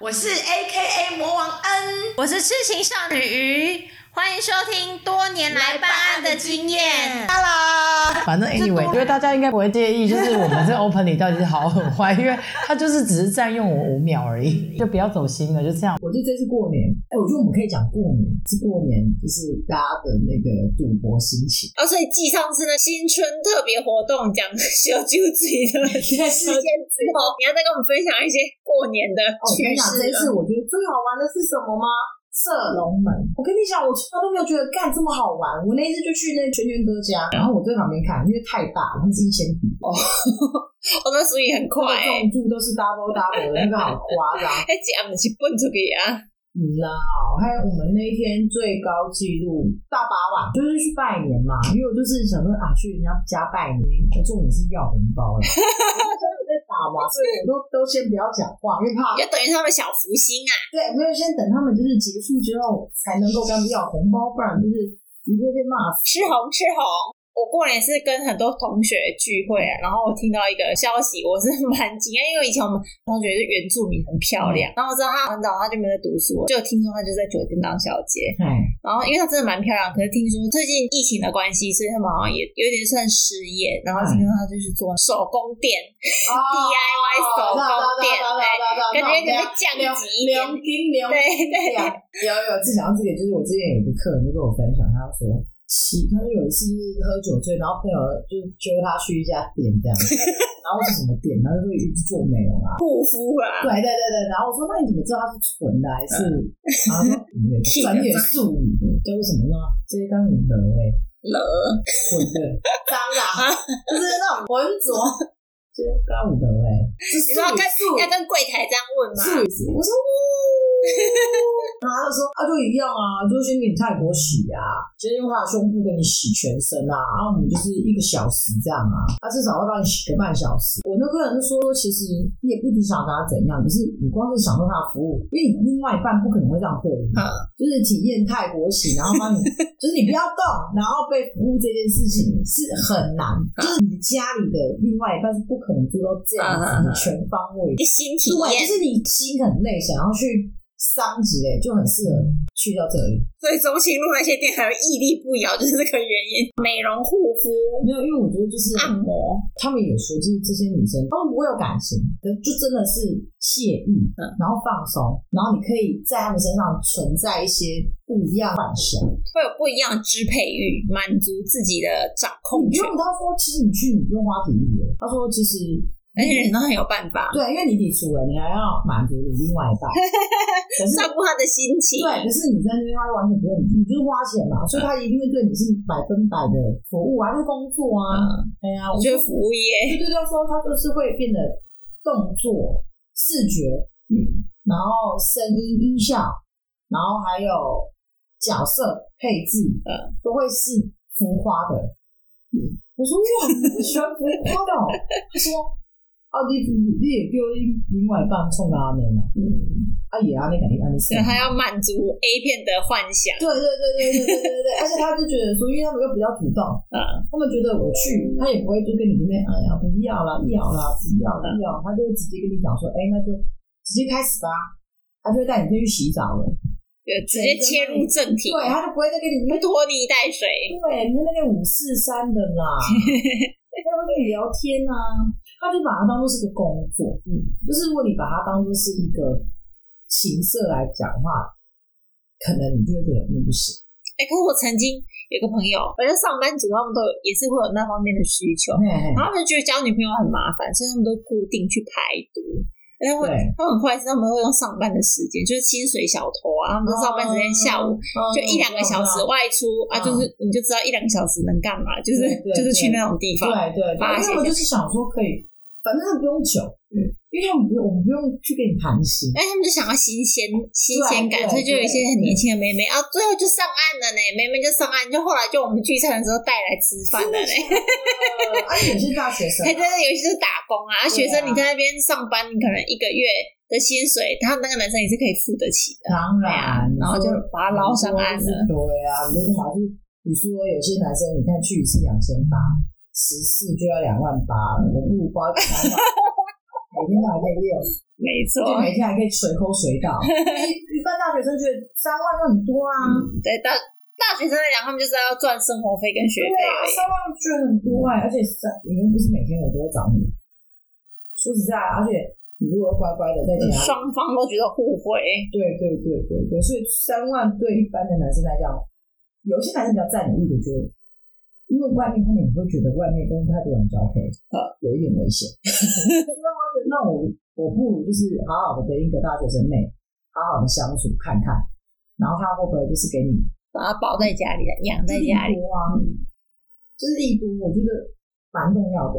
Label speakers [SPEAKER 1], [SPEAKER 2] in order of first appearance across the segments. [SPEAKER 1] 我是 A K A 魔王恩，
[SPEAKER 2] 我是痴情少女鱼，欢迎收听多年来办案的经验。
[SPEAKER 3] 反正 anyway，因为大家应该不会介意，就是我们这 open 里到底是好很坏，因为它就是只是占用我五秒而已，就不要走心了，就这样。
[SPEAKER 4] 我觉得这次过年，哎、我觉得我们可以讲过年是过年，就是大家的那个赌博心情。
[SPEAKER 5] 哦，所以继上次的新春特别活动讲小九子 的时间之后，你要再跟我们分享一些过年的
[SPEAKER 4] 哦，我跟
[SPEAKER 5] 趣
[SPEAKER 4] 你讲，
[SPEAKER 5] 事
[SPEAKER 4] 这一
[SPEAKER 5] 了。
[SPEAKER 4] 次我觉得最好玩的是什么吗？射龙门。我跟你讲，我从来都没有觉得干这么好玩。我那一次就去那个圈圈哥家，然后我在旁边看，因为太大，他们是一千比，
[SPEAKER 5] 我们属于很快、欸，
[SPEAKER 4] 重注都是 double double 的那个，好夸张。
[SPEAKER 5] 还讲不是蹦出去啊！
[SPEAKER 4] 你啦，还有我们那一天最高纪录大把碗，就是去拜年嘛，因为我就是想说啊，去人家家拜年，重点是要红包了。我在打嘛，所以我都都先不要讲话，因为怕
[SPEAKER 5] 你就等于他们小福星啊，
[SPEAKER 4] 对，没有先等他们就是结束之后才能够跟他们要红包，不然就是直接被骂死。
[SPEAKER 5] 吃红吃红。我过年是跟很多同学聚会啊，然后我听到一个消息，我是蛮惊讶，因为以前我们同学是原住民，很漂亮，
[SPEAKER 4] 嗯
[SPEAKER 5] 然后我知道她很早她就没有在读书，就听说她就在酒店当小姐，
[SPEAKER 4] 哎，
[SPEAKER 5] 然后因为她真的蛮漂亮，可是听说最近疫情的关系，所以他们好像也有点算失业。然后听说她就是做手工店、DIY 手工店，
[SPEAKER 4] 哦
[SPEAKER 5] 哎，感觉有点被降级一点。
[SPEAKER 4] 两斤两
[SPEAKER 5] 对对，
[SPEAKER 4] 呀，有有，这想到这个，就是我之前有一个客人就跟我分享，他说洗，他有一次就是喝酒醉，然后朋友就揪他去一家店这样子，然后是什么店？他就说一直做美容啊。
[SPEAKER 5] 护肤啊，嗯
[SPEAKER 4] 对对对对，然后我说那你怎么知道它是纯的还是？然后他说你有专 业术语的叫做什么呢？这些刚你的哎，
[SPEAKER 5] 了，
[SPEAKER 4] 混的 蟑螂， 就是那种浑浊， 这些刚你的哎，
[SPEAKER 5] 你说要跟
[SPEAKER 4] 术语
[SPEAKER 5] 要跟柜台这样问吗？
[SPEAKER 4] 术语词，我说。呜 然后他就说啊，就一样啊，就是先给你泰国洗啊，先用他的胸部给你洗全身啊，然后我们就是一个小时这样啊，他至少会帮你洗个半小时。我那个人就说，其实你也不一定想拿他怎样，可是你光是享受他的服务，因为你另外一半不可能会这样对你，
[SPEAKER 5] 嗯
[SPEAKER 4] 就是体验泰国洗，然后帮你， 就是你不要动，然后被服务这件事情是很难，就是你家里的另外一半是不可能做到这样子的全方位
[SPEAKER 5] 一个新体
[SPEAKER 4] 对，
[SPEAKER 5] 验
[SPEAKER 4] 啊就，是你心很累，想要去伤及嘞，就很适合去到这里。
[SPEAKER 5] 所以中心路那些店还有屹立不摇，就是这个原因。美容护肤、
[SPEAKER 4] 没有，因为我觉得就是
[SPEAKER 5] 按摩，
[SPEAKER 4] 他们也说，就是这些女生，她们不会有感情，可是就真的是惬意，然后放松，然后你可以在她们身上存在一些不一样的幻想。
[SPEAKER 5] 会有不一样的支配欲，满足自己的掌控
[SPEAKER 4] 你
[SPEAKER 5] 权
[SPEAKER 4] 用，他说，其实你去你不用花体力的，他说其实。
[SPEAKER 5] 而且人都很有办法。
[SPEAKER 4] 对，因为你抵除了，你还要满足你另外 一半，可是
[SPEAKER 5] 照顾他的心情，
[SPEAKER 4] 对，嗯可是你在那边，他完全不用你，你就是花钱嘛，所以他一定会对你是百分百的服务啊，就是工作啊，哎呀，
[SPEAKER 5] 我
[SPEAKER 4] 我
[SPEAKER 5] 觉得
[SPEAKER 4] 觉得
[SPEAKER 5] 服务业
[SPEAKER 4] 对对对，说他就是会变得动作、视觉，嗯，然后声音、音效，然后还有角色配置，嗯，都会是浮夸的。嗯，我说哇，你会喜欢浮夸的、 哦？他说，啊，你你你也叫另另外一半冲到阿妹嘛，嗯，啊也阿妹肯定阿妹是
[SPEAKER 5] 对，还要满足 A 片的幻想，
[SPEAKER 4] 对对对对对对对对，而且他就觉得说，因为他们又比较主动，
[SPEAKER 5] 嗯
[SPEAKER 4] 他们觉得我去，他也不会就跟你这边，哎呀，不要啦，要啦，不要啦，要，他就会直接跟你讲说，哎，那就直接开始吧，他就会带你先去洗澡了，
[SPEAKER 5] 对，直接切入正题
[SPEAKER 4] 对，，他就不会再跟你
[SPEAKER 5] 不
[SPEAKER 4] 们
[SPEAKER 5] 拖泥带水，
[SPEAKER 4] 对，你们那个五四三的啦，他会跟你聊天啊，他就把它当做是个工作，嗯，就是如果你把它当做是一个情色来讲的话，可能你就会觉得嗯不行。
[SPEAKER 5] 哎、可是我曾经有个朋友，反正上班族他们都有也是会有那方面的需求，
[SPEAKER 4] 嘿嘿
[SPEAKER 5] 然后他们觉得交女朋友很麻烦，所以他们都固定去排毒。然后
[SPEAKER 4] 对
[SPEAKER 5] 他们很坏，是他们会用上班的时间，就是薪水小偷啊，他们都上班时间
[SPEAKER 4] 哦
[SPEAKER 5] 下午就一两个小时外出啊，
[SPEAKER 4] 嗯
[SPEAKER 5] 就是你就知道一两个小时能干嘛，就是
[SPEAKER 4] 对对
[SPEAKER 5] 就是去
[SPEAKER 4] 对
[SPEAKER 5] 那种地
[SPEAKER 4] 对
[SPEAKER 5] 方。
[SPEAKER 4] 对
[SPEAKER 5] 发
[SPEAKER 4] 对，因
[SPEAKER 5] 泄
[SPEAKER 4] 为我就是想说可以，反正他不用久，嗯，因为他们不用，我们不用去跟你 谈啊心。
[SPEAKER 5] 哎，他们就想要新鲜新鲜感，
[SPEAKER 4] 对
[SPEAKER 5] 所以就有一些很年
[SPEAKER 4] 对
[SPEAKER 5] 轻的妹妹啊，最后就上岸了呢，妹妹就上岸，就后来就我们聚餐的时候带来吃饭了呢。
[SPEAKER 4] 啊，有些大学 生啊
[SPEAKER 5] 还，真的有些就是打工啊，啊学生
[SPEAKER 4] 对啊
[SPEAKER 5] 你在那边上班，你可能一个月的薪水，他那个男生也是可以付得起的，
[SPEAKER 4] 当
[SPEAKER 5] 对啊
[SPEAKER 4] 然，，
[SPEAKER 5] 然后就把他捞上岸
[SPEAKER 4] 你说
[SPEAKER 5] 了。
[SPEAKER 4] 对啊，你说好去，你说有些男生，你看去一次两千八， 十次就要两万八了，我不如花三万，每天打给六，
[SPEAKER 5] 没错，
[SPEAKER 4] 就每天还可以随抠 随到。一般大学生觉得三万就很多啊，
[SPEAKER 5] 对大大学生来讲，他们就是要赚生活费跟学
[SPEAKER 4] 对
[SPEAKER 5] 费
[SPEAKER 4] 啊
[SPEAKER 5] 而，已。
[SPEAKER 4] 三万觉得很多哎、而且三，你又不是每天我都会找你。说实在，啊而且你如果乖乖的在家，
[SPEAKER 5] 双方都觉得互惠，
[SPEAKER 4] 对对对对对，所以三万对一般的男生来讲，有些男生比较占有欲，我觉得，因为外面他们也会觉得外面跟太多人交配，呃，有一点危险。那我那我我不如就是好好的跟一个大学生妹好好的相处看看，然后他会不会就是给你
[SPEAKER 5] 把它保在家里，养在家里。嗯
[SPEAKER 4] 多啊？就是一读，我觉得蛮重要的。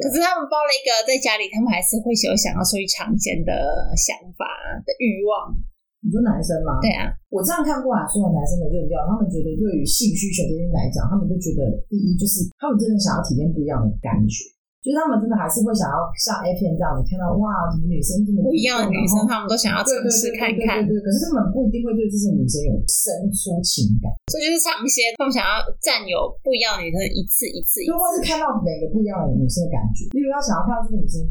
[SPEAKER 5] 可是他们包了一个在家里，他们还是会有想要出去尝鲜的想法的欲望。
[SPEAKER 4] 你说男生吗？
[SPEAKER 5] 对啊，
[SPEAKER 4] 我这样看过来，所有男生的论调，他们觉得对于性需求这件事来讲，他们就觉得第一就是他们真的想要体验不一样的感觉，就是他们真的还是会想要像 A 片这样子看到哇，怎么女生这么
[SPEAKER 5] 不一样的女生，
[SPEAKER 4] 啊然后
[SPEAKER 5] 他们都想要尝试看看
[SPEAKER 4] 对对对对对，对对，可是他们不一定会对这种女生有生出情感，
[SPEAKER 5] 这就是尝鲜。他们想要占有不一样的女生一次一次一次。
[SPEAKER 4] 就或是看到每个不一样的女生的感觉，例如他想要看到这个女生，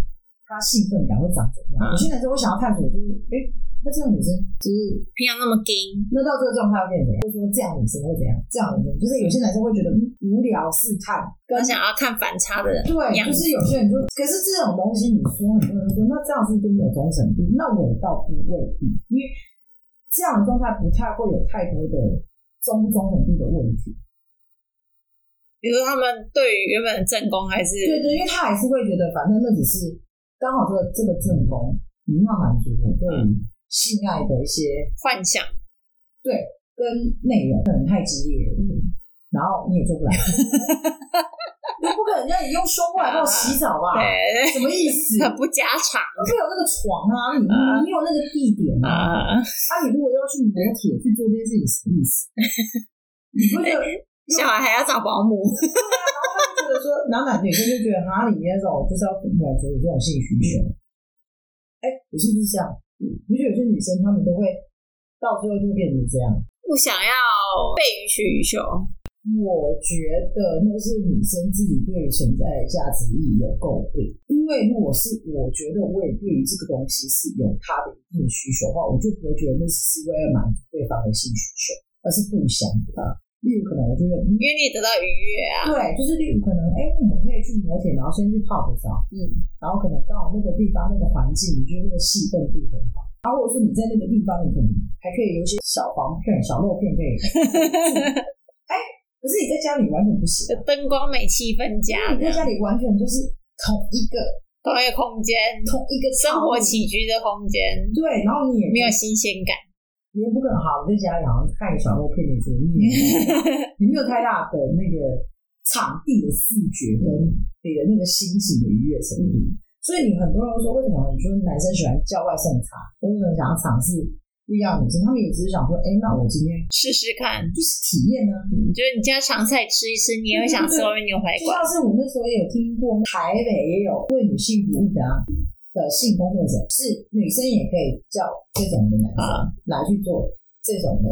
[SPEAKER 4] 她兴奋感会长怎样？有些男生会想要探索，就是哎，那这个女生就是
[SPEAKER 5] 平常那么硬，
[SPEAKER 4] 那到这个状态会变怎样？或者说这样女生会怎样？这样女生就是有些男生会觉得嗯无聊试探，跟
[SPEAKER 5] 我想要看反差的人，
[SPEAKER 4] 对，
[SPEAKER 5] 样
[SPEAKER 4] 就
[SPEAKER 5] 子
[SPEAKER 4] 是有些人就，可是这种东西，你说很多人说，那这样是不是就没有忠诚度？那我也倒不未必，因为这样的状态不太会有太多的忠不忠诚度的问题。
[SPEAKER 5] 比如说他们对于原本的正宫还是
[SPEAKER 4] 对对，因为他还是会觉得，反正那只是刚好这个这个正宫，你要满足我对于性爱的一些
[SPEAKER 5] 幻想，
[SPEAKER 4] 啊跟内容可能太激烈了，然后你也做不来，你不可能让你用胸部来帮我洗澡吧？
[SPEAKER 5] 对，
[SPEAKER 4] 什么意思？
[SPEAKER 5] 很不家常
[SPEAKER 4] 没有那个床啊，你你没有那个地点啊，
[SPEAKER 5] 啊。
[SPEAKER 4] 啊，你如果要去磨铁去做这件事情，什么意思？ 你不觉得？
[SPEAKER 5] 小孩还要找保姆，
[SPEAKER 4] 他们觉得说，然后男女生就觉得，哈，你那种就是要满足你这种性需求。哎，我是不是这样？你不觉得有些女生她们都会到最后就变成这样？
[SPEAKER 5] 不想要被予取予求，
[SPEAKER 4] 我觉得那是女生自己对于存在的价值意义有诟病，因为如果是我觉得我也对于这个东西是有它的一定的需求的话，我就不会觉得那只是为了满足对方的性需求，而是互相的。例如，可能我觉得，嗯，
[SPEAKER 5] 因为你得到愉悦啊。
[SPEAKER 4] 对，就是例如可能，哎、我们可以去摩铁，然后先去泡个澡，嗯，然后可能刚好那个地方那个环境，你觉得那个气氛度很好，然后或者说你在那个地方，你可能还可以有一些小黄片、小肉片 可以住，哎、可是你在家里完全不行啊，
[SPEAKER 5] 灯光美气氛佳，
[SPEAKER 4] 你在家里完全就是同一个
[SPEAKER 5] 同一个空间，
[SPEAKER 4] 同一个
[SPEAKER 5] 生活
[SPEAKER 4] 起
[SPEAKER 5] 起居的空间，
[SPEAKER 4] 对，然后你也
[SPEAKER 5] 没有新鲜感。
[SPEAKER 4] 你又不可能好，你在家里好像看个小肉片，你觉得腻了，你没有太大的那个场地的视觉跟你的那个心情的愉悦程度。所以你很多人说，为什么你说男生喜欢叫外送茶，为什么想要尝试不一样的女生？他们也只是想说，哎、那我今天
[SPEAKER 5] 试试看，
[SPEAKER 4] 就是体验呢、啊。
[SPEAKER 5] 你觉得你家常菜吃一吃，你也会想吃外面牛排
[SPEAKER 4] 就
[SPEAKER 5] 馆
[SPEAKER 4] 像。是我那时候也有听过，台北也有为女性服务的、啊、的性工作者，是女生也可以叫这种的男生来去做这种的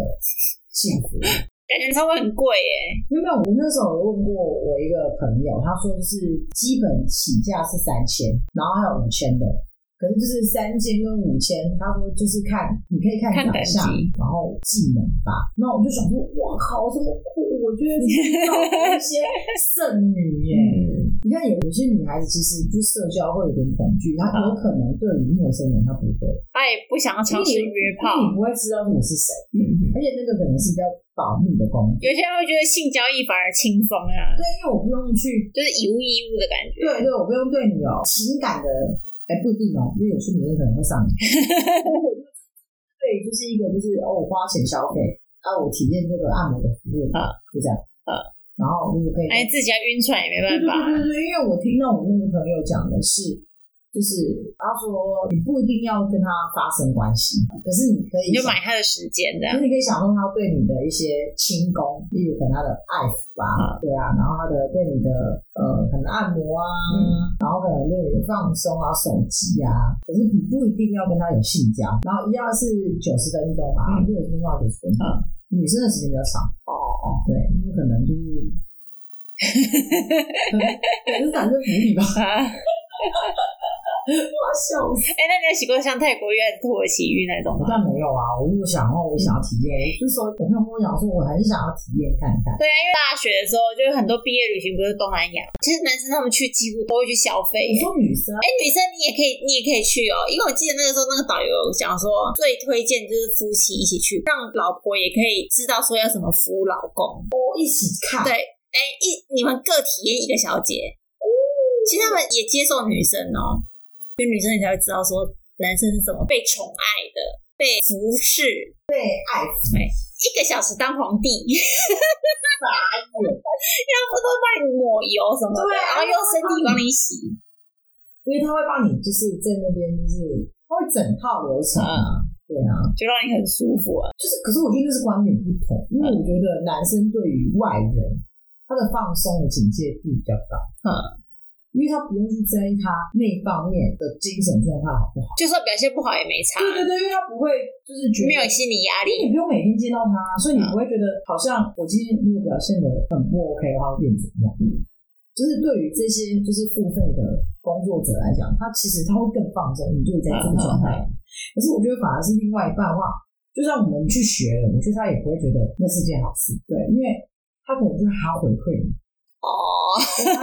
[SPEAKER 4] 性服务。
[SPEAKER 5] 感觉它会很贵耶，
[SPEAKER 4] 没有，没有，我那时候有问过我一个朋友，他说就是基本起价是三千，然后还有五千的，可是就是三千跟五千，他说就是看你可以看
[SPEAKER 5] 看
[SPEAKER 4] 长
[SPEAKER 5] 等级
[SPEAKER 4] 相，然后技能吧。那我就想说，哇靠，这么酷！我觉得有一些剩女耶。
[SPEAKER 5] 嗯
[SPEAKER 4] 你看有有些女孩子其实就社交会有点恐惧，她
[SPEAKER 5] 嗯
[SPEAKER 4] 有可能对于陌生人她不会，
[SPEAKER 5] 他也不想要
[SPEAKER 4] 因
[SPEAKER 5] 尝
[SPEAKER 4] 为
[SPEAKER 5] 试
[SPEAKER 4] 你
[SPEAKER 5] 约
[SPEAKER 4] 因为
[SPEAKER 5] 炮
[SPEAKER 4] 你。不会知道我是谁，
[SPEAKER 5] 嗯
[SPEAKER 4] 而且那个可能是比较保密的工作。
[SPEAKER 5] 有些人会觉得性交易反而轻松啊，
[SPEAKER 4] 对，因为我不用去
[SPEAKER 5] 就是以物易物的感觉。
[SPEAKER 4] 对对，我不用对你有情感的，哎，不一定哦，因为有些女生可能 会上瘾。对，就是一个就是哦，我花钱消费，啊，我体验这个按摩的服务
[SPEAKER 5] 啊，
[SPEAKER 4] 就这样
[SPEAKER 5] 啊。
[SPEAKER 4] 然后如果可以，
[SPEAKER 5] 哎，自己要晕船也没
[SPEAKER 4] 对
[SPEAKER 5] 办
[SPEAKER 4] 对
[SPEAKER 5] 法啊，
[SPEAKER 4] 对对，因为我听到我那个朋友讲的是，就是他说你不一定要跟他发生关系，可是你可以
[SPEAKER 5] 你就
[SPEAKER 4] 想
[SPEAKER 5] 买他的时间这
[SPEAKER 4] 可
[SPEAKER 5] 样。
[SPEAKER 4] 是你可以享受他对你的一些轻功，例如可能他的爱抚啊，对啊，然后他的对你的呃，可能按摩啊，然后可能对你的放松啊、手机啊，可是你不一定要跟他有性交，然后一样是九十分钟嘛，六十、分钟到九十分钟，女生的时间比较长嗯哦哦，对，因为可能 就是。 可能可能是男生福利吧，
[SPEAKER 5] 啊，
[SPEAKER 4] 我要笑死！
[SPEAKER 5] 哎、那你有洗过像泰国浴还是土耳其浴那种吗？
[SPEAKER 4] 但没有啊，我就想哦，我也想要体验。我就是我朋友跟我讲说，我很想要体验看看。
[SPEAKER 5] 对啊，因为大学的时候，就是很多毕业旅行不是东南亚，其实男生他们去几乎都会去消费
[SPEAKER 4] 你。说女生哦
[SPEAKER 5] 哎、女生你也可以，你也可以去哦，因为我记得那个时候那个导游讲说，最推荐就是夫妻一起去，让老婆也可以知道说要怎么服务老公。
[SPEAKER 4] 我一起看，
[SPEAKER 5] 对哎、一你们各体验一个小姐，
[SPEAKER 4] 哦
[SPEAKER 5] 其实他们也接受女生哦，因为女生你才会知道说男生是怎么被宠爱的，被服侍。
[SPEAKER 4] 被爱抚，
[SPEAKER 5] 一个小时当皇帝，要不都帮你抹油什么的，
[SPEAKER 4] 欸对
[SPEAKER 5] 然
[SPEAKER 4] 啊
[SPEAKER 5] 后用身体帮你洗。
[SPEAKER 4] 因为他会帮你就是在那边就是他会整套流程
[SPEAKER 5] 嗯
[SPEAKER 4] 啊，对啊。
[SPEAKER 5] 就让你很舒服啊。
[SPEAKER 4] 就是，可是我觉得那是观点不同，因为
[SPEAKER 5] 嗯
[SPEAKER 4] 我觉得男生对于外人他的放松的警戒度比较高，
[SPEAKER 5] 嗯，
[SPEAKER 4] 因为他不用去在意他那方面的精神状态好不好，
[SPEAKER 5] 就算表现不好也没差，
[SPEAKER 4] 对对对，因为他不会就是觉
[SPEAKER 5] 没
[SPEAKER 4] 得
[SPEAKER 5] 有心理压
[SPEAKER 4] 因为
[SPEAKER 5] 力。
[SPEAKER 4] 你不用每天见到他，啊所
[SPEAKER 5] 嗯
[SPEAKER 4] 以你不会觉得好像我今天如果表现的很不 OK 的话，会变怎么样？就是对于这些就是付费的工作者来讲，他其实他会更放松，你就会在这个状态。
[SPEAKER 5] 嗯
[SPEAKER 4] 可是我觉得反而是另外一半的话，就算我们去学了，我觉得他也不会觉得那是件好事，对，因为他可能就是还要回馈你。
[SPEAKER 5] 哦，
[SPEAKER 4] 什么？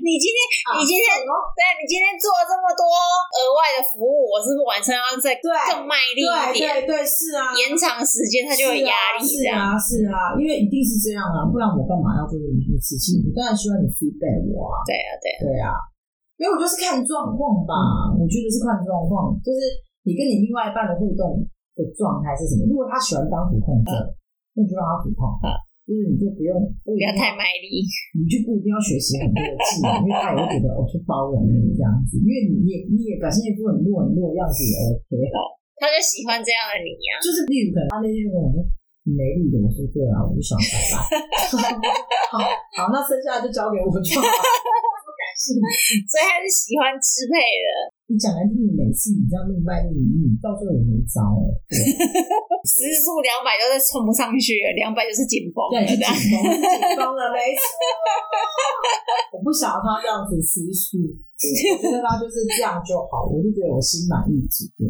[SPEAKER 5] 你今天
[SPEAKER 4] 啊
[SPEAKER 5] 你今天
[SPEAKER 4] 什么
[SPEAKER 5] 对啊，你今天做了这么多额外的服务，我是不是晚上要再
[SPEAKER 4] 对
[SPEAKER 5] 更卖力一
[SPEAKER 4] 对
[SPEAKER 5] 点，
[SPEAKER 4] 对对，是 啊，
[SPEAKER 5] 延长时间，他就有压力这
[SPEAKER 4] 是
[SPEAKER 5] 样。
[SPEAKER 4] 啊，是啊，因为一定是这样啊，不然我干嘛要做这件事情？
[SPEAKER 5] 嗯
[SPEAKER 4] 我当然希望你 feedback 我啊。
[SPEAKER 5] 对啊，对啊，
[SPEAKER 4] 对啊，没有，就是看状况吧。我觉得是看状况，就是你跟你另外一半的互动的状态是什么。如果他喜欢当主控者，那你就让他主控，就是你就不用不
[SPEAKER 5] 不
[SPEAKER 4] 一定
[SPEAKER 5] 要太卖力。
[SPEAKER 4] 你就不一定要学习很多的技能，因为他也会觉得我去包容你这样子，因为你也你也表现得不很弱很弱的样子也 OK。啊
[SPEAKER 5] 他就喜欢这样的你啊呀、
[SPEAKER 4] 就是例如可能他那天跟我说你没力的，我说对啊，我就想拜拜。好好，那剩下的就交给我就好。不感兴趣。
[SPEAKER 5] 所以他是喜欢支配的。
[SPEAKER 4] 你讲来听，你每次你这样弄卖力，你到最后也没招哎、
[SPEAKER 5] 时速两百就是冲不上去了，两百就是紧绷了
[SPEAKER 4] 对，啊就
[SPEAKER 5] 这
[SPEAKER 4] 紧
[SPEAKER 5] 样。
[SPEAKER 4] 绷，紧绷了，没错。 我不想要他这样子吃素，我觉得他就是这样就好，我就觉得我心满意足了。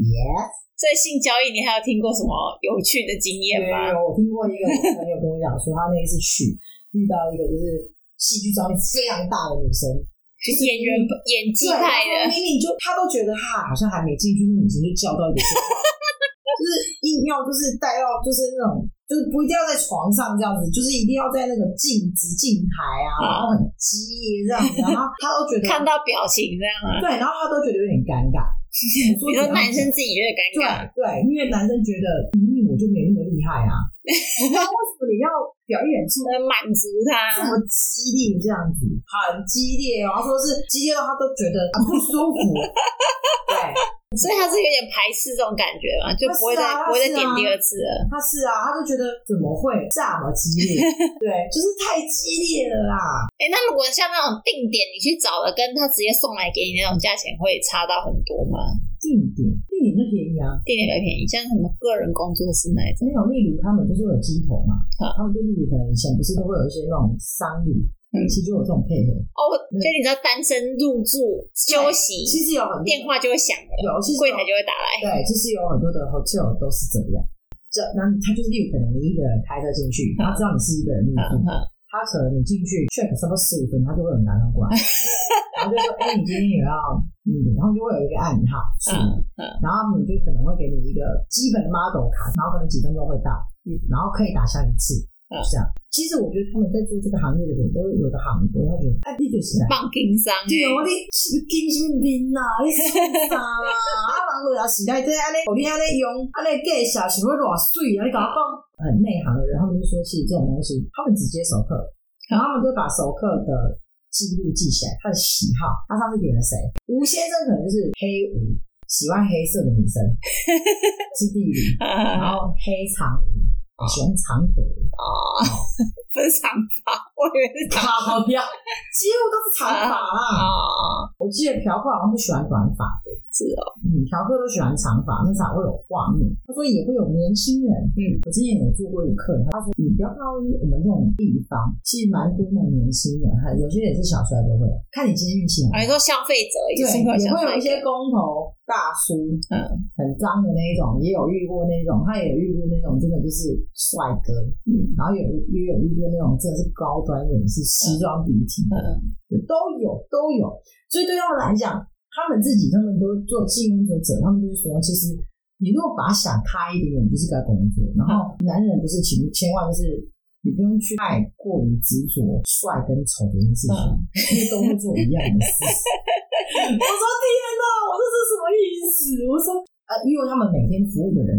[SPEAKER 4] Yes，
[SPEAKER 5] 所以性交易，你还有听过什么有趣的经验
[SPEAKER 4] 没
[SPEAKER 5] 吗？
[SPEAKER 4] 有，我听过一个我朋友跟我讲说，他那一次去遇到一个就是戏剧张力非常大的女生，就是
[SPEAKER 5] 演员演技
[SPEAKER 4] 对，他
[SPEAKER 5] 派
[SPEAKER 4] 说
[SPEAKER 5] 的，
[SPEAKER 4] 明明就他都觉得他好像还没进去，那女生就叫到一个电话，就是硬要就是带到就是那种就是不一定要在床上这样子，就是一定要在那个镜子镜台啊，
[SPEAKER 5] 嗯
[SPEAKER 4] 然后很激烈这样子，然后他都觉得
[SPEAKER 5] 看到表情这样啊。
[SPEAKER 4] 对，然后他都觉得有点尴 尬。我
[SPEAKER 5] 你说
[SPEAKER 4] 怎样
[SPEAKER 5] 男生自己觉得尴尬，
[SPEAKER 4] 对对，因为男生觉得明明我就没那么厉 害啊，那为什么你要表演出
[SPEAKER 5] 呃满足
[SPEAKER 4] 这
[SPEAKER 5] 他，
[SPEAKER 4] 么激烈这样子，很激烈哦，然后说是激烈到他都觉得啊不舒服。 对，
[SPEAKER 5] 所以他是有点排斥这种感觉嘛，就不会再、
[SPEAKER 4] 是啊
[SPEAKER 5] 不会再
[SPEAKER 4] 是啊
[SPEAKER 5] 点第二次了。
[SPEAKER 4] 他是啊，他就觉得怎么会这么激 烈？对，就是太激烈了啦。
[SPEAKER 5] 哎、那如果像那种定点你去找了，跟他直接送来给你那种价钱会差到很多吗？
[SPEAKER 4] 定点，定点就便宜啊。
[SPEAKER 5] 定点比较便宜，像什么个人工作室那一种，
[SPEAKER 4] 没有，例如他们就是会有鸡头嘛，
[SPEAKER 5] 啊
[SPEAKER 4] 他们就例如可能以前不是都会有一些那种商旅，
[SPEAKER 5] 嗯
[SPEAKER 4] 其实就有这种配合，
[SPEAKER 5] 哦，我就你知道单身入住休息，
[SPEAKER 4] 其实有很多
[SPEAKER 5] 电话就会响了，
[SPEAKER 4] 有，其实
[SPEAKER 5] 柜
[SPEAKER 4] 有
[SPEAKER 5] 台就会打来。
[SPEAKER 4] 对，其实有很多的 hotel 都是这样。这，那他就是例如可能你一个人开车进去，他知道你是一个人入住，
[SPEAKER 5] 嗯嗯
[SPEAKER 4] 他可能你进去 check 差不多十五分，他就会有人打电 话过来，然后就说：“哎、你今天有要，嗯，然后就会有一个暗号，是
[SPEAKER 5] 嗯
[SPEAKER 4] 然后你就可能会给你一个基本 model 卡，然后可能几分钟会到，嗯，然后可以打下一次，
[SPEAKER 5] 嗯
[SPEAKER 4] 是这样。其实我觉得他们在做这个行业的人都有个行规，他觉得哎，你就是啊。
[SPEAKER 5] 放轻松欸，
[SPEAKER 4] 对我你是不是金什么面啊？你送啥啦？啊，人落来时代这安尼，互你安尼用，安尼介绍想要偌水啊？你甲我讲，很内行的人，他们就说，其实这种东西，他们只接熟客，然后他们都会把熟客的记录记起来，他的喜好，他上次点了谁？吴先生可能就是黑吴，喜欢黑色的女生，是第一名，然
[SPEAKER 5] 啊，
[SPEAKER 4] 后黑长舞，喜欢长腿，
[SPEAKER 5] 哦，不是长发，我我以为是长
[SPEAKER 4] 好呀，几乎都是长发啦。
[SPEAKER 5] 啊，
[SPEAKER 4] 我记得嫖客好像不喜欢短发的，
[SPEAKER 5] 是哦，
[SPEAKER 4] 嗯，嫖客都喜欢长发，那才会有画面。他说也会有年轻人，
[SPEAKER 5] 嗯，
[SPEAKER 4] 我之前有做过一个客人，他说你不要看到我们这种地方，其实蛮多那种年轻人，还有些也是小帅都会，看你今天运气好不好
[SPEAKER 5] 啊，你说消费者也
[SPEAKER 4] 对，
[SPEAKER 5] 是
[SPEAKER 4] 也
[SPEAKER 5] 消
[SPEAKER 4] 会有
[SPEAKER 5] 费
[SPEAKER 4] 一些
[SPEAKER 5] 者，
[SPEAKER 4] 工头大叔，
[SPEAKER 5] 嗯，
[SPEAKER 4] 很脏的那一种，也有遇过那一种，他也有遇过那种，真的就是帅哥，
[SPEAKER 5] 嗯
[SPEAKER 4] 然后有也有遇过那种真的是高端人士，西装笔挺，
[SPEAKER 5] 嗯，
[SPEAKER 4] 都有都有。所以对他们来讲，他们自己他们都做经营者者，他们就是说，其实你如果把它想开一点点，你就是该工作。然后
[SPEAKER 5] 嗯
[SPEAKER 4] 男人就是请千万就是你不用去太过于执着帅跟丑这件事情，
[SPEAKER 5] 嗯
[SPEAKER 4] 因为都会做一样的事。我说天哪，我这是什么意思？我说呃，因为他们每天服务的人。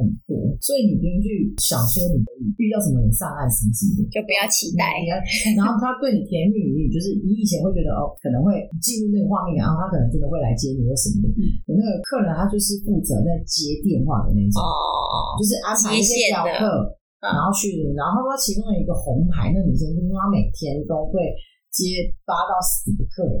[SPEAKER 4] 很多，所以你不用去想说你遇到什么人上岸什么什么的，
[SPEAKER 5] 就不要期待，
[SPEAKER 4] 你要哎然后他对你甜言蜜语，就是你以前会觉得哦，可能会进入那个画面，然后他可能真的会来接你或什么的。我那个客人他就是负责在接电话的那种，
[SPEAKER 5] 哦，
[SPEAKER 4] 就是安排一嗯些
[SPEAKER 5] 接线
[SPEAKER 4] 表客，然后去，然后他其中有一个红牌，那女生就是她每天都会接八到十个客人，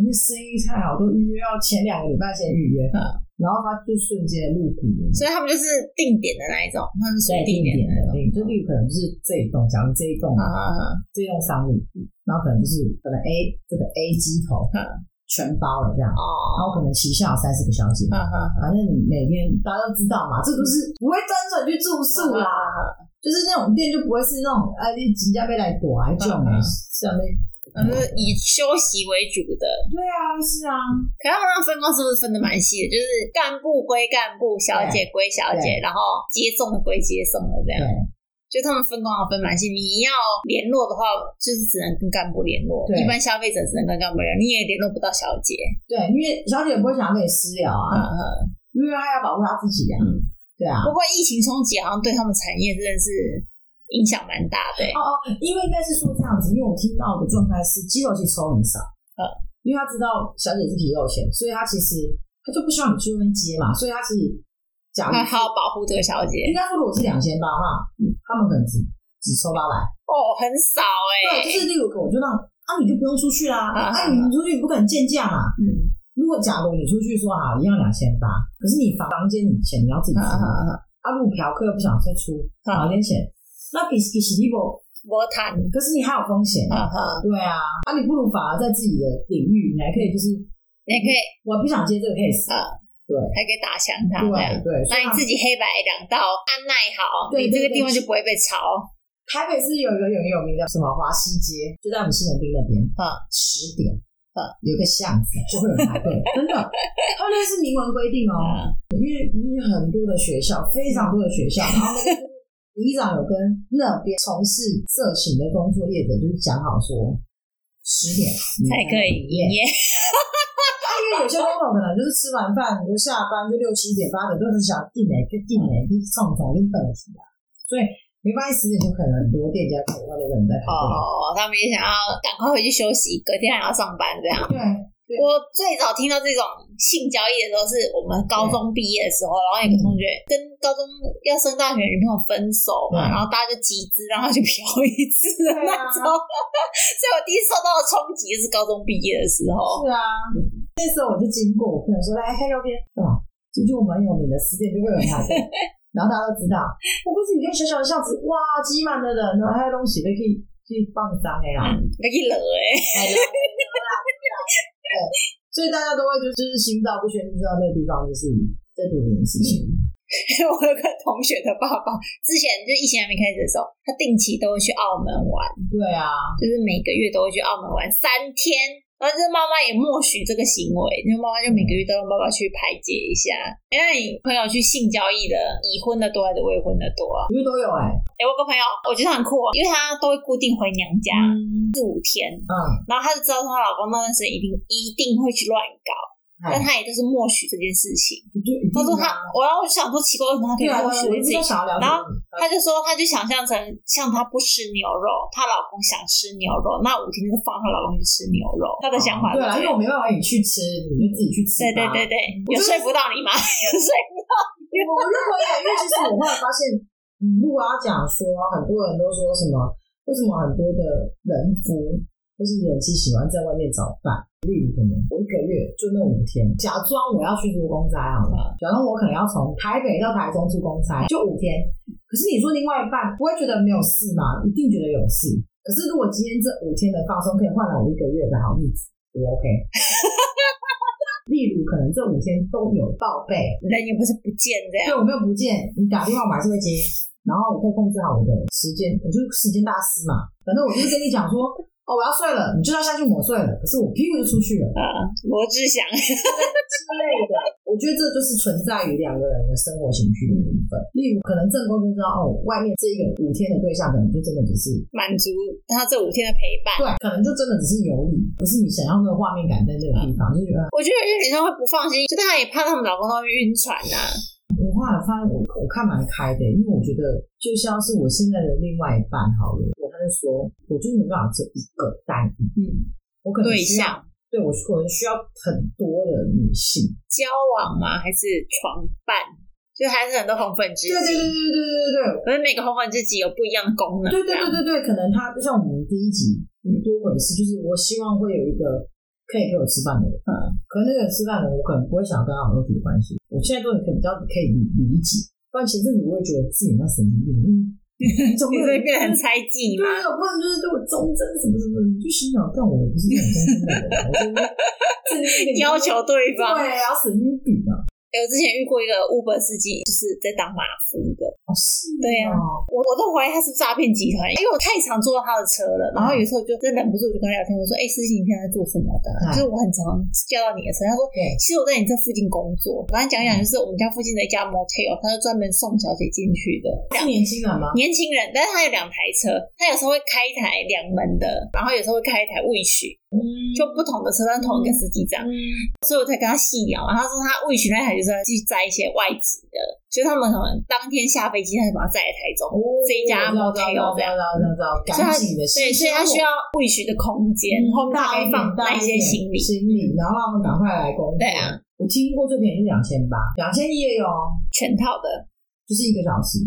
[SPEAKER 4] 因为生意太好，都预约要前两个礼拜先预约，
[SPEAKER 5] 嗯
[SPEAKER 4] 然后他就瞬间入股了。
[SPEAKER 5] 所以他们就是定点的那一种，他们是属于
[SPEAKER 4] 在定
[SPEAKER 5] 定点
[SPEAKER 4] 点
[SPEAKER 5] 的
[SPEAKER 4] 的，嗯
[SPEAKER 5] 那种，
[SPEAKER 4] 对，就例如可能就是这一栋，假如这一栋
[SPEAKER 5] 啊啊啊，
[SPEAKER 4] 这栋商务，然后可能就是可能 A 这个 A 机头
[SPEAKER 5] 嗯
[SPEAKER 4] 全包了这样，然
[SPEAKER 5] 哦，
[SPEAKER 4] 后可能旗下有三四个小姐，
[SPEAKER 5] 啊啊啊
[SPEAKER 4] 反正你每天大家都知道嘛，这都是不会单纯去住宿啦，
[SPEAKER 5] 嗯
[SPEAKER 4] 就是那种店就不会是那种啊，你请假被来躲来救
[SPEAKER 5] 嗯嗯
[SPEAKER 4] 上面
[SPEAKER 5] 啊，就是以休息为主的。
[SPEAKER 4] 对啊，是啊，
[SPEAKER 5] 可他们那分工是不是分的蛮细的？就是干部归干部，小姐归小姐，然后接送的归接送的这
[SPEAKER 4] 对
[SPEAKER 5] 样。就他们分工要分蛮细，你要联络的话，就是只能跟干部联络，
[SPEAKER 4] 对
[SPEAKER 5] 一般消费者只能跟干部联络，你也联络不到小姐。
[SPEAKER 4] 对，因为小姐不会想要跟你私聊
[SPEAKER 5] 嗯
[SPEAKER 4] 啊，
[SPEAKER 5] 嗯。
[SPEAKER 4] 因为她要保护她自己啊，对啊，
[SPEAKER 5] 不过疫情冲击好像对他们产业真的是影响蛮大的、欸
[SPEAKER 4] 哦哦，因为应该是说这样子，因为我听到的状态是肌肉其实抽很少，
[SPEAKER 5] 嗯，
[SPEAKER 4] 因为他知道小姐是皮肉钱，所以他其实他就不希望你去外面接嘛，所以他其实 假如
[SPEAKER 5] 他还要保护这个小姐
[SPEAKER 4] 应该说如果是两千八的话，
[SPEAKER 5] 嗯
[SPEAKER 4] 他们可能只只抽八百，
[SPEAKER 5] 哦，很少哎、
[SPEAKER 4] 对，就是例如我就让啊你就不用出去啦，
[SPEAKER 5] 啊
[SPEAKER 4] 啊你出去你不可能见价嘛，
[SPEAKER 5] 嗯，
[SPEAKER 4] 如果假如你出去说好一样两千八，可是你房房间你钱你要自己
[SPEAKER 5] 啊啊
[SPEAKER 4] 出，
[SPEAKER 5] 啊
[SPEAKER 4] 啊，
[SPEAKER 5] 啊，
[SPEAKER 4] 如果嫖客又不想再出
[SPEAKER 5] 啊
[SPEAKER 4] 房间钱，那比比起利博，
[SPEAKER 5] 我谈
[SPEAKER 4] 可是你还有风险
[SPEAKER 5] 啊哈，
[SPEAKER 4] 对啊，啊，你不如反而在自己的领域，你还可以就是，
[SPEAKER 5] 你还可以
[SPEAKER 4] 我不想接这个 case，
[SPEAKER 5] 啊，
[SPEAKER 4] 对
[SPEAKER 5] 还可以打响他
[SPEAKER 4] 对
[SPEAKER 5] 这样。
[SPEAKER 4] 对，所
[SPEAKER 5] 那
[SPEAKER 4] 以
[SPEAKER 5] 你自己黑白两道按耐好，
[SPEAKER 4] 对
[SPEAKER 5] 你这
[SPEAKER 4] 对
[SPEAKER 5] 个
[SPEAKER 4] 对
[SPEAKER 5] 地方就不会被炒。
[SPEAKER 4] 台北市有一个很有名的什么华西街，就在我们西门町那边，
[SPEAKER 5] 啊，
[SPEAKER 4] 十点。
[SPEAKER 5] 啊
[SPEAKER 4] 有一个巷子就会有排 队，真的，他们那是明文规定哦，
[SPEAKER 5] 啊
[SPEAKER 4] 因为因为很多的学校，非常多的 学校，然后那个里长有跟那边从事色情的工作业者就是讲好说，十点你
[SPEAKER 5] 才可以
[SPEAKER 4] 营业
[SPEAKER 5] 营，业。
[SPEAKER 4] 因为有些工友可能就是吃完饭你就下班就六七点八点，都是想订哎就订哎，你上早你等起啊，所以没关系，十点就可能很多店家可能外面的人在排队。
[SPEAKER 5] 哦，他们也想要赶快回去休息，隔天还要上班这样。
[SPEAKER 4] 对，啊对
[SPEAKER 5] 我最早听到这种性交易的时候，是我们
[SPEAKER 4] 嗯
[SPEAKER 5] 高中毕业的时候，然后有个同学跟高中要升大学的女朋友分手嘛，
[SPEAKER 4] 嗯
[SPEAKER 5] 然后大家就集资让他去嫖一次的
[SPEAKER 4] 对
[SPEAKER 5] 那
[SPEAKER 4] 啊
[SPEAKER 5] 种。 所以我第一次受到的冲击就是高中毕业的时候，
[SPEAKER 4] 是啊，那时候我就经过，我朋友说来看右边，对吧？这就蛮有名的，十点就会有人排 队。然后大家都知道，我不是你看小小的巷子，哇，挤满了人，然后还有东西都可以去放脏的 啦。
[SPEAKER 5] 被一惹哎，
[SPEAKER 4] 哎呀，对，所以大家都会就就是心照不宣，知道那个地方就是在做这件事情。
[SPEAKER 5] 我有个同学的爸爸，之前就疫情还没开始的时候，他定期都会去澳门玩，
[SPEAKER 4] 对啊，
[SPEAKER 5] 就是每个月都会去澳门玩三天。然后就是妈妈也默许这个行为，因为妈妈就每个月都让爸爸去排解一下。哎，那你朋友去性交易的，已婚的多还是未婚的多啊？
[SPEAKER 4] 我觉得都有哎、
[SPEAKER 5] 哎，我有个朋友，我觉得他很酷哦，因为他都会固定回娘家四五天，
[SPEAKER 4] 嗯，
[SPEAKER 5] 然后她就知道说她老公那段时间一定一定会去乱搞，但
[SPEAKER 4] 哎
[SPEAKER 5] 她也就是默许这件事情。
[SPEAKER 4] 就一定
[SPEAKER 5] 她说
[SPEAKER 4] 的
[SPEAKER 5] 她
[SPEAKER 4] 啊，
[SPEAKER 5] 我要想说奇怪，为什么她可以
[SPEAKER 4] 对啊，
[SPEAKER 5] 默
[SPEAKER 4] 我
[SPEAKER 5] 许
[SPEAKER 4] 我
[SPEAKER 5] 这件事情
[SPEAKER 4] 一直都？想要了解
[SPEAKER 5] 然后
[SPEAKER 4] 你。
[SPEAKER 5] 她就说，她就想象成像她不吃牛肉，她老公想吃牛肉，那五天就放她老公去吃牛肉。她的想法是
[SPEAKER 4] 哦对啊
[SPEAKER 5] 这
[SPEAKER 4] 啦，因为
[SPEAKER 5] 样
[SPEAKER 4] 我没办法你去吃，你就自己去吃
[SPEAKER 5] 对对
[SPEAKER 4] 吧。
[SPEAKER 5] 对对，有
[SPEAKER 4] 我真
[SPEAKER 5] 说
[SPEAKER 4] 的
[SPEAKER 5] 服到你吗？ 有说服到你
[SPEAKER 4] 我
[SPEAKER 5] 吗？
[SPEAKER 4] 认为啊，因为其实我后来发现，嗯，如果要讲说，很多人都说什么为什么很多的人夫或是人妻喜欢在外面找伴？例如可能我一个月就那五天，假装我要去做公差好了，假装我可能要从台北到台中出公差，就五天。可是你说另外一半不会觉得没有事吗？一定觉得有事。可是如果今天这五天的放松可以换来我一个月的好日子，我 OK。例如可能这五天都有报备，
[SPEAKER 5] 人也不是不见这样，
[SPEAKER 4] 哎对，我没有不见，你打电话我还是会接，然后我可以控制好我的时间，我就是时间大师嘛。反正我就是跟你讲说，哦，我要睡了，你就要下去抹睡了，可是我屁股就出去了
[SPEAKER 5] 啊，罗志祥
[SPEAKER 4] 之类的。我觉得这就是存在于两个人的生活情趣的一部分。例如，可能正宫就知道，哦，外面这个五天的对象可能就真的只是
[SPEAKER 5] 满足他这五天的陪伴。
[SPEAKER 4] 对，可能就真的只是有你，不是你想要那个画面感在这个地方，就觉得
[SPEAKER 5] 我觉得有些女生会不放心，就她也怕他们老公都会晕船啊呐、
[SPEAKER 4] 我后来发现我我看蛮开的，因为我觉得就像是我现在的另外一半好了，我他就说，我就是没办法只有一个单一，嗯，我可能
[SPEAKER 5] 对
[SPEAKER 4] 需
[SPEAKER 5] 象
[SPEAKER 4] 要对我可能需要很多的女性，
[SPEAKER 5] 交往吗？还是床伴？就还是很多红粉知
[SPEAKER 4] 对
[SPEAKER 5] 己，
[SPEAKER 4] 对对对对对对。
[SPEAKER 5] 可是每个红粉知己有不一样的功能。
[SPEAKER 4] 对对对对对，可能他就像我们第一集多鬼是，就是我希望会有一个可以陪我吃饭的人，嗯，可能那个人吃饭的人，我可能不会想要跟他有肉体关系。我现在对你可以比较可以理理解，不然前阵子我会觉得自己那神经病，嗯，总
[SPEAKER 5] 你
[SPEAKER 4] 会
[SPEAKER 5] 会变得很猜忌
[SPEAKER 4] 对
[SPEAKER 5] 吗？
[SPEAKER 4] 啊，不然就是对我忠贞什么什么，你就心想，但我也不是那种忠贞的人啊，我就是正 经
[SPEAKER 5] 要求对
[SPEAKER 4] 对
[SPEAKER 5] 方。
[SPEAKER 4] 啊，神经病啊，
[SPEAKER 5] 哎我之前遇过一个 Uber 司机，就是在当马夫的，
[SPEAKER 4] 哦是哦，
[SPEAKER 5] 对啊我我都怀疑他是诈骗集团，因为我太常坐他的车了。然后有时候就真忍不住就跟他聊天，我说：“哎、司机，你现在在做什么的？”
[SPEAKER 4] 嗯
[SPEAKER 5] 就是我很常叫到你的车。他说：“
[SPEAKER 4] 对
[SPEAKER 5] 其实我在你这附近工作。”我跟他讲一讲，就是我们家附近的一家 motel，他就专门送小姐进去的。
[SPEAKER 4] 是年轻人吗？
[SPEAKER 5] 年轻人，但是他有两台车，他有时候会开一台两门的，然后有时候会开一台 wish，就
[SPEAKER 4] 嗯
[SPEAKER 5] 不同的车，但同一个司机这样。
[SPEAKER 4] 哦
[SPEAKER 5] 所以我才跟他细聊啊嘛，他说他 wish 那台就是要去载一些外籍的，所以他们可能当天下飞机，他就把他载来台中。
[SPEAKER 4] 哦，
[SPEAKER 5] 这一家 motel
[SPEAKER 4] 知道知道知道知道，
[SPEAKER 5] 所以
[SPEAKER 4] 赶
[SPEAKER 5] 他
[SPEAKER 4] 紧的，嗯
[SPEAKER 5] 对，所以他需要 wish 的空间，后面可以放那
[SPEAKER 4] 大
[SPEAKER 5] 一些行李。
[SPEAKER 4] 行李，然后让他们赶快来工作。
[SPEAKER 5] 对啊，
[SPEAKER 4] 我听过最便宜是两千八，两千一也有哦，
[SPEAKER 5] 全套的。
[SPEAKER 4] 就是一个小时。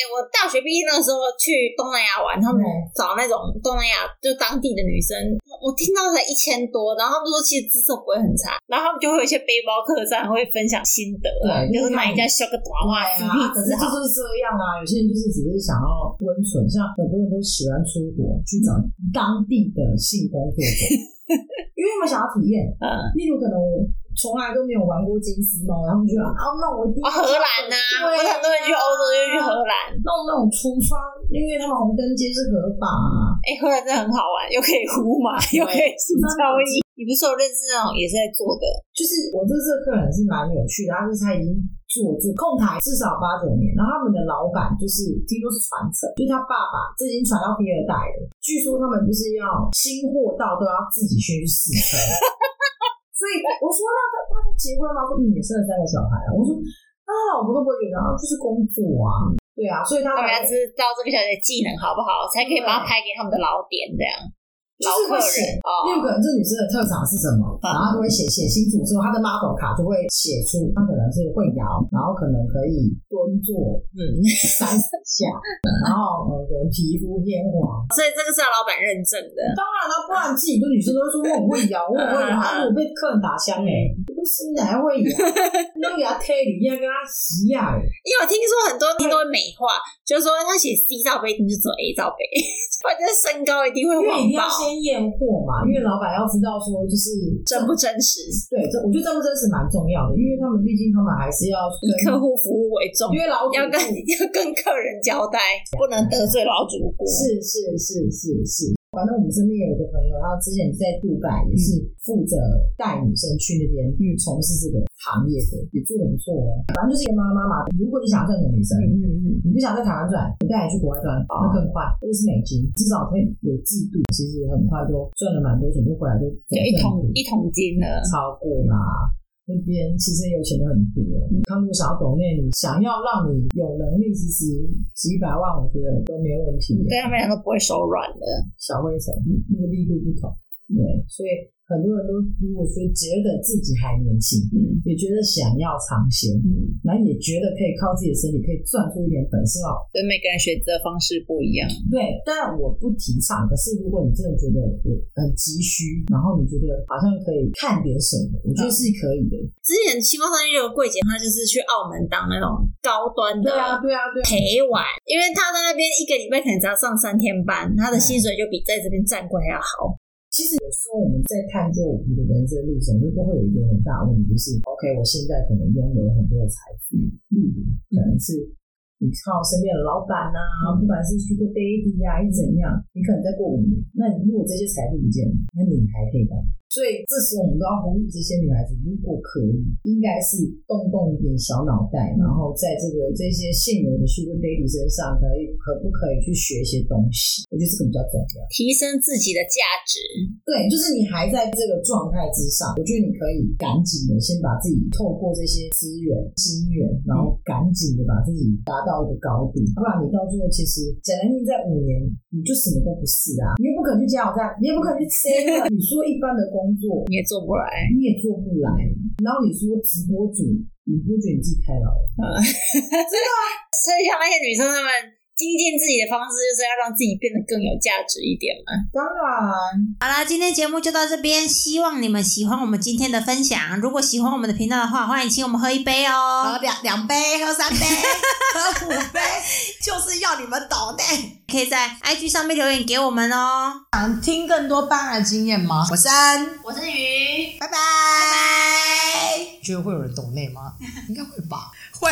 [SPEAKER 5] 哎、我大学毕业那个时候去东南亚玩，他们
[SPEAKER 4] 嗯
[SPEAKER 5] 找那种东南亚就当地的女生，我听到才一千多，然后他们说其实姿色不会很差，然后他们就会有一些背包客栈会分享心得啊，就
[SPEAKER 4] 对
[SPEAKER 5] 是买一家修个短袜 CP
[SPEAKER 4] 对啊，可
[SPEAKER 5] 值
[SPEAKER 4] 是这
[SPEAKER 5] 好。
[SPEAKER 4] 就是这样啊。有些人就是只是想要温存，像很多人都喜欢出国去找当地的性工作者， 因为他们想要体验。
[SPEAKER 5] 嗯，
[SPEAKER 4] 例如，可能我从来都没有玩过金丝猫，然后就觉得啊，那我一定
[SPEAKER 5] 哦，荷兰呐、啊，
[SPEAKER 4] 对
[SPEAKER 5] 我很多人去欧洲就去荷兰，
[SPEAKER 4] 弄那种橱窗，因为他们红灯街是合法啊。
[SPEAKER 5] 哎、荷兰真的很好玩，又可以呼嘛，又可以吃交易。你不是有认识那种也是在做的，
[SPEAKER 4] 就是我这次客人是蛮有趣的，他就是他已经做这控台至少八九年，然后他们的老板就是听说是传承，就是他爸爸这已经传到第二代了。据说他们就是要新货到都要自己先去试车，所以我说那他他结婚吗？他说嗯，也生了三个小孩啊。我说那他老婆都不会觉得啊，就是工作啊，对啊，所以他
[SPEAKER 5] 他们要
[SPEAKER 4] 来
[SPEAKER 5] 知道这个小姐的技能好不好，才可以把它拍给他们的老点这样。
[SPEAKER 4] 就
[SPEAKER 5] 老
[SPEAKER 4] 是
[SPEAKER 5] 客
[SPEAKER 4] 会
[SPEAKER 5] 人
[SPEAKER 4] 写，
[SPEAKER 5] 哦，嗯
[SPEAKER 4] 例如可能这女生的特长是什么，然后她就会写写清楚之后，她的 model 卡就会写出她可能是会摇，然后可能可以蹲坐，嗯，三十下，然后呃可能皮肤偏黄。
[SPEAKER 5] 所以这个是要老板认证的。
[SPEAKER 4] 当然了，不然自己的女生都会说我很会摇，我很会
[SPEAKER 5] 嗯嗯嗯
[SPEAKER 4] 摇，然后我被客人打枪哎、欸，
[SPEAKER 5] 嗯
[SPEAKER 4] 不是你还 会摇，你都给他推你，要跟他洗呀、欸，
[SPEAKER 5] 因为我听说很多人都会美化，就是说他写 C 罩杯一定就只有 A 罩杯， 或者是身高一定会
[SPEAKER 4] 因为
[SPEAKER 5] 网
[SPEAKER 4] 一定
[SPEAKER 5] 爆，
[SPEAKER 4] 要先验货嘛，因为老板要知道说就是
[SPEAKER 5] 真不真实，
[SPEAKER 4] 对，这我觉得真不真实蛮重要的，因为他们毕竟他们还是要
[SPEAKER 5] 以
[SPEAKER 4] 跟
[SPEAKER 5] 客户服务为重
[SPEAKER 4] 因，为老主
[SPEAKER 5] 要
[SPEAKER 4] 顾
[SPEAKER 5] 跟 要跟客人交代，不能得罪老主顾。
[SPEAKER 4] 是是是是是，反正我们身边有一个朋友，他之前在杜拜
[SPEAKER 5] 嗯
[SPEAKER 4] 也是负责带女生去那边从事这个行业的，也做的不错哦。反正就是一个妈妈嘛，如果你想赚钱的女生，
[SPEAKER 5] 嗯嗯哦嗯，
[SPEAKER 4] 你不想在台湾赚，你带你去国外赚，那更快，这是美金，至少可以有制度，其实很快都赚了蛮多钱，就回来就
[SPEAKER 5] 就一
[SPEAKER 4] 总
[SPEAKER 5] 桶
[SPEAKER 4] 政府
[SPEAKER 5] 一桶金了。
[SPEAKER 4] 超过啦。那边其实有钱的很多，
[SPEAKER 5] 嗯
[SPEAKER 4] 他们如果想要懂那你想要让你有能力，其实几百万我觉得都没问题。
[SPEAKER 5] 对他们俩都不会手软的，
[SPEAKER 4] 小灰尘，那个力度不同。对，所以很多人都如果说觉得自己还年轻，
[SPEAKER 5] 嗯
[SPEAKER 4] 也觉得想要尝鲜，
[SPEAKER 5] 嗯，
[SPEAKER 4] 然后也觉得可以靠自己的身体可以赚出一点本事哦。
[SPEAKER 5] 所以每个人选择方式不一样。
[SPEAKER 4] 对，但我不提倡。可是如果你真的觉得我很急需，然后你觉得好像可以看点什么，我觉
[SPEAKER 5] 嗯
[SPEAKER 4] 得是可以的。
[SPEAKER 5] 之前星光三月有个柜姐，她就是去澳门当那种高端的
[SPEAKER 4] 对啊，对啊，对啊。
[SPEAKER 5] 陪玩，因为她在那边一个礼拜可能只要上三天班，她的薪水就比在这边站柜还要好。
[SPEAKER 4] 其实有时候我们在探究我们的人生历程，就都会有一个很大的问题，就是 OK，我现在可能拥有了很多的财富，例如可能是你靠身边的老板呐、不管是 Sugar Daddy 呀、啊，还是怎样，你可能在过五年，那你如果这些财富不见了，那你还可以干嘛？所以这时候我们都要呼吁这些女孩子，如果可以，应该是动动一点小脑袋，然后在这个这些现有的 Sugar Daddy 身上，可以可不可以去学一些东西？我觉得这个比较重要。
[SPEAKER 5] 提升自己的价值，
[SPEAKER 4] 对，就是你还在这个状态之上，我觉得你可以赶紧的先把自己透过这些资源、资源，然
[SPEAKER 5] 嗯
[SPEAKER 4] 后赶紧的把自己达到一个高度，要不然你到最后其实讲难听，在五年你就什么都不是啊，你又不肯去加油站，你又不肯去 sales，你说一般的工作
[SPEAKER 5] 你也做不来。
[SPEAKER 4] 你也做不来，然后你说直播主，你不觉得你自己太老了？
[SPEAKER 5] 所以像那些女生，她们精进自己的方式，就是要让自己变得更有价值一点嘛。
[SPEAKER 4] 当然，
[SPEAKER 2] 好啦，今天节目就到这边，希望你们喜欢我们今天的分享。如果喜欢我们的频道的话，欢迎请我们喝一杯哦
[SPEAKER 1] 喝。两两杯，喝三 杯，喝五杯，就是要你们懂的。
[SPEAKER 2] 可以在 IG 上面留言给我们哦。
[SPEAKER 3] 想听更多班癌经验吗？
[SPEAKER 1] 我是安，
[SPEAKER 2] 我是鱼，
[SPEAKER 1] 拜拜。
[SPEAKER 3] 觉得会有人懂内吗？应该会吧。
[SPEAKER 1] 会。